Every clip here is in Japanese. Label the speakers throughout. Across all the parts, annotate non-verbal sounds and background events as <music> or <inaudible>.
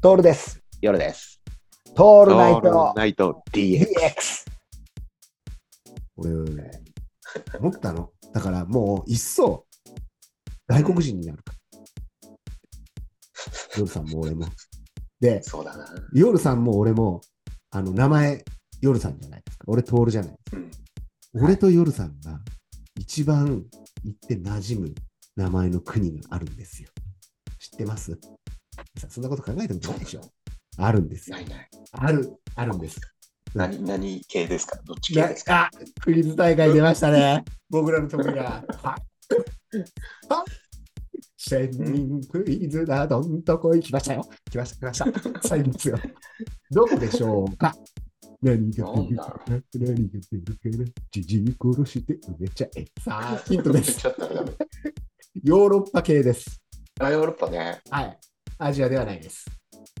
Speaker 1: トールです。
Speaker 2: 夜です。
Speaker 1: ト
Speaker 2: オ
Speaker 1: ールナイト
Speaker 2: ナイト DX。
Speaker 1: DX。
Speaker 3: 俺、思ったの。だからもう、いっそ、外国人になるか。ヨルさんも俺も。で、
Speaker 2: そうだな。
Speaker 3: ヨルさんも俺も、あの、名前、ヨルさんじゃないですか。俺、トールじゃないですか。
Speaker 2: うん
Speaker 3: 俺とヨルさんが、一番行って馴染む名前の国があるんですよ。知ってますさそんなこと考えてもないでしょ。あるんですよ
Speaker 2: な。いない。
Speaker 3: ある、あるんです。
Speaker 2: 何、何系ですかどっち系
Speaker 3: な
Speaker 2: ですか
Speaker 3: あクイズ大会出ましたね。 <laughs> 僕らの得意が。 <laughs> はは千人クイズだ、どんとこい来ましたよ。来ました、来ました。最後です <laughs> よ。どこでしょうか何が出るかな何が出るかなじじい殺して埋めちゃえ。さあ、ヒントです。
Speaker 2: ちょっとダメだね
Speaker 3: ヨーロッパ系です。
Speaker 2: あヨーロッパね。
Speaker 3: はい。アジアではないです。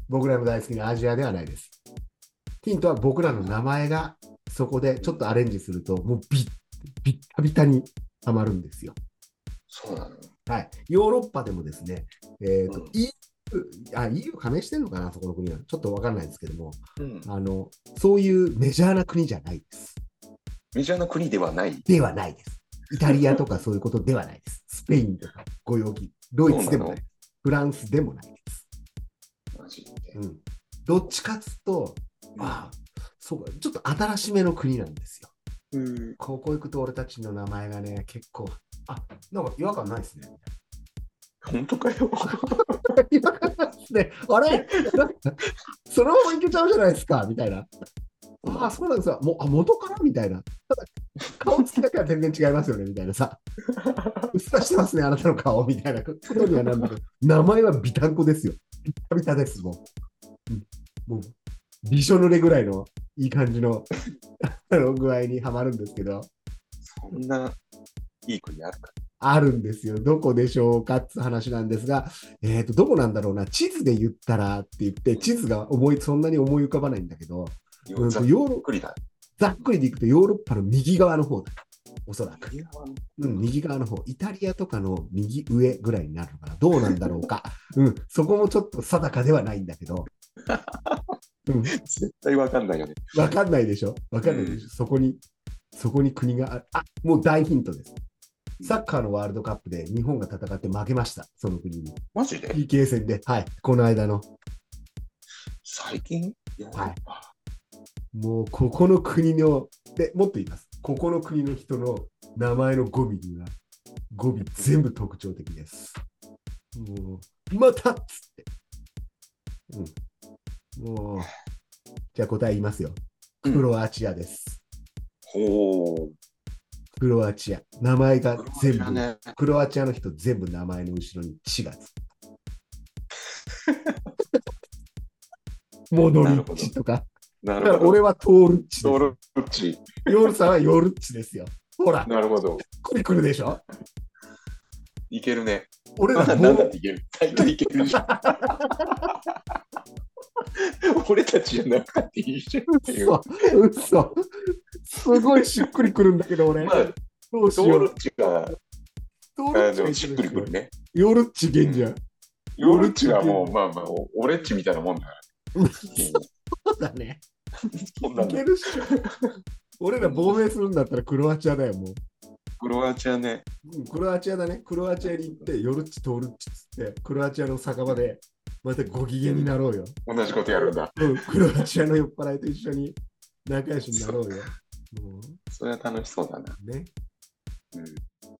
Speaker 3: 僕らの大好きなアジアではないです。ヒントは僕らの名前がそこでちょっとアレンジすると、もうビッ、ビッタビタにはまるんですよ。
Speaker 2: そうなの。
Speaker 3: はい。ヨーロッパでもですね、えっ、
Speaker 2: う
Speaker 3: と
Speaker 2: ん、
Speaker 3: EU、あ、EU 加盟してるのかな、そこの国は。ちょっとわかんないですけども、
Speaker 2: うん。
Speaker 3: あの、そういうメジャーな国じゃないです。
Speaker 2: メジャーな国ではない。
Speaker 3: ではないです。イタリアとかそういうことではないです。スペインとかご用き、ドイツでもない
Speaker 2: そ
Speaker 3: フランスでもないです。
Speaker 2: マジで。
Speaker 3: うん、どっちかっつうと、まあ、そうか、ちょっと新しめの国なんですよ。
Speaker 2: うん。
Speaker 3: ここ行くと俺たちの名前がね、結構、あなんか違和感ないですね。
Speaker 2: 本当かよ。
Speaker 3: 違和感ないですね。あれなんかそのままいけちゃうじゃないですか、みたいな。ああ、そうなんですよ。もうあ元からみたいな。ただ、顔つきだけは全然違いますよね、みたいなさ。うっすらしてますね、あなたの顔、みたいなことにはなんだけど、名前はビタンコですよ。ビタビタです、もう。うんもう、びしょ濡れぐらいのいい感じのあの具合にはまるんですけど、
Speaker 2: そんな、いい国あるか。
Speaker 3: あるんですよ。どこでしょうかって話なんですが、えっ、と、どこなんだろうな、地図で言ったらって言って、地図が思い、そんなに思い浮かばないんだけど、
Speaker 2: ヨ
Speaker 3: うん
Speaker 2: ー
Speaker 3: と
Speaker 2: ロッ
Speaker 3: ヨーロ
Speaker 2: パだ。
Speaker 3: ざっくりでいくとヨーロッパの右側の方だ。おそらく。
Speaker 2: 右側の
Speaker 3: うん、右側の方。イタリアとかの右上ぐらいになるのかな。どうなんだろうか。 <laughs> うん、そこもちょっと定かではないんだけど、
Speaker 2: 絶対わかんないよね。
Speaker 3: わかんないでしょわかんないでしょ、そこに、そこに国がある。あ、もう大ヒントです。サッカーのワールドカップで日本が戦って負けました。その国に。
Speaker 2: マジで
Speaker 3: PK 戦で。はい。この間の。
Speaker 2: 最近ヨーロッパ。
Speaker 3: もうここの国の、で、もっと言います。ここの国の人の名前の語尾には、語尾全部特徴的です。もう、またっつって。うん。もう、じゃあ答え言いますよ。
Speaker 2: うん
Speaker 3: クロアチアです。
Speaker 2: ほう。
Speaker 3: クロアチア。名前が全
Speaker 2: クロアチア
Speaker 3: 部、
Speaker 2: ね。
Speaker 3: クロアチアの人全部名前の後ろに血がつく。 <laughs> モドリッチとか。
Speaker 2: な
Speaker 3: だか
Speaker 2: る
Speaker 3: ら
Speaker 2: ほど。
Speaker 3: 俺はトールッチです
Speaker 2: ヨーロッチ。
Speaker 3: ヨルさんはヨルッチですよ。ほら、
Speaker 2: なるほど。
Speaker 3: これ来るでしょ
Speaker 2: いけるね。
Speaker 3: 俺ら
Speaker 2: まだ
Speaker 3: も
Speaker 2: なんだっ
Speaker 3: う
Speaker 2: ていける。大体いけるじゃん。俺たちじゃなくていいじゃんっていう。ま
Speaker 3: 嘘、嘘。すごいしっくりくるんだけど俺。
Speaker 2: あ、
Speaker 3: どうし
Speaker 2: ソウ
Speaker 3: よ
Speaker 2: ル
Speaker 3: う。
Speaker 2: チが、あ
Speaker 3: トールッチ
Speaker 2: の
Speaker 3: が
Speaker 2: し
Speaker 3: 来る
Speaker 2: っ
Speaker 3: で
Speaker 2: くり
Speaker 3: し
Speaker 2: く
Speaker 3: ょ
Speaker 2: るね。
Speaker 3: ヨルッチ現じゃん。
Speaker 2: ヨールチはもう、まあまあ、お俺っちみたいなもんだから。 <laughs>
Speaker 3: そうだね。
Speaker 2: そんないの
Speaker 3: けるっしょ。俺ら亡命するんだったらクロアチアだよ、もう。
Speaker 2: クロアチアね。
Speaker 3: うんクロアチアだね。クロアチアに行って、ヨルッチ、トールッチっつって、クロアチアの酒場で、またご機嫌になろうよ。
Speaker 2: 同じことやるんだ。
Speaker 3: うん、クロアチアの酔っ払いと一緒に仲良しになろうよ。も
Speaker 2: それは楽しそうだな。
Speaker 3: うね。
Speaker 2: うん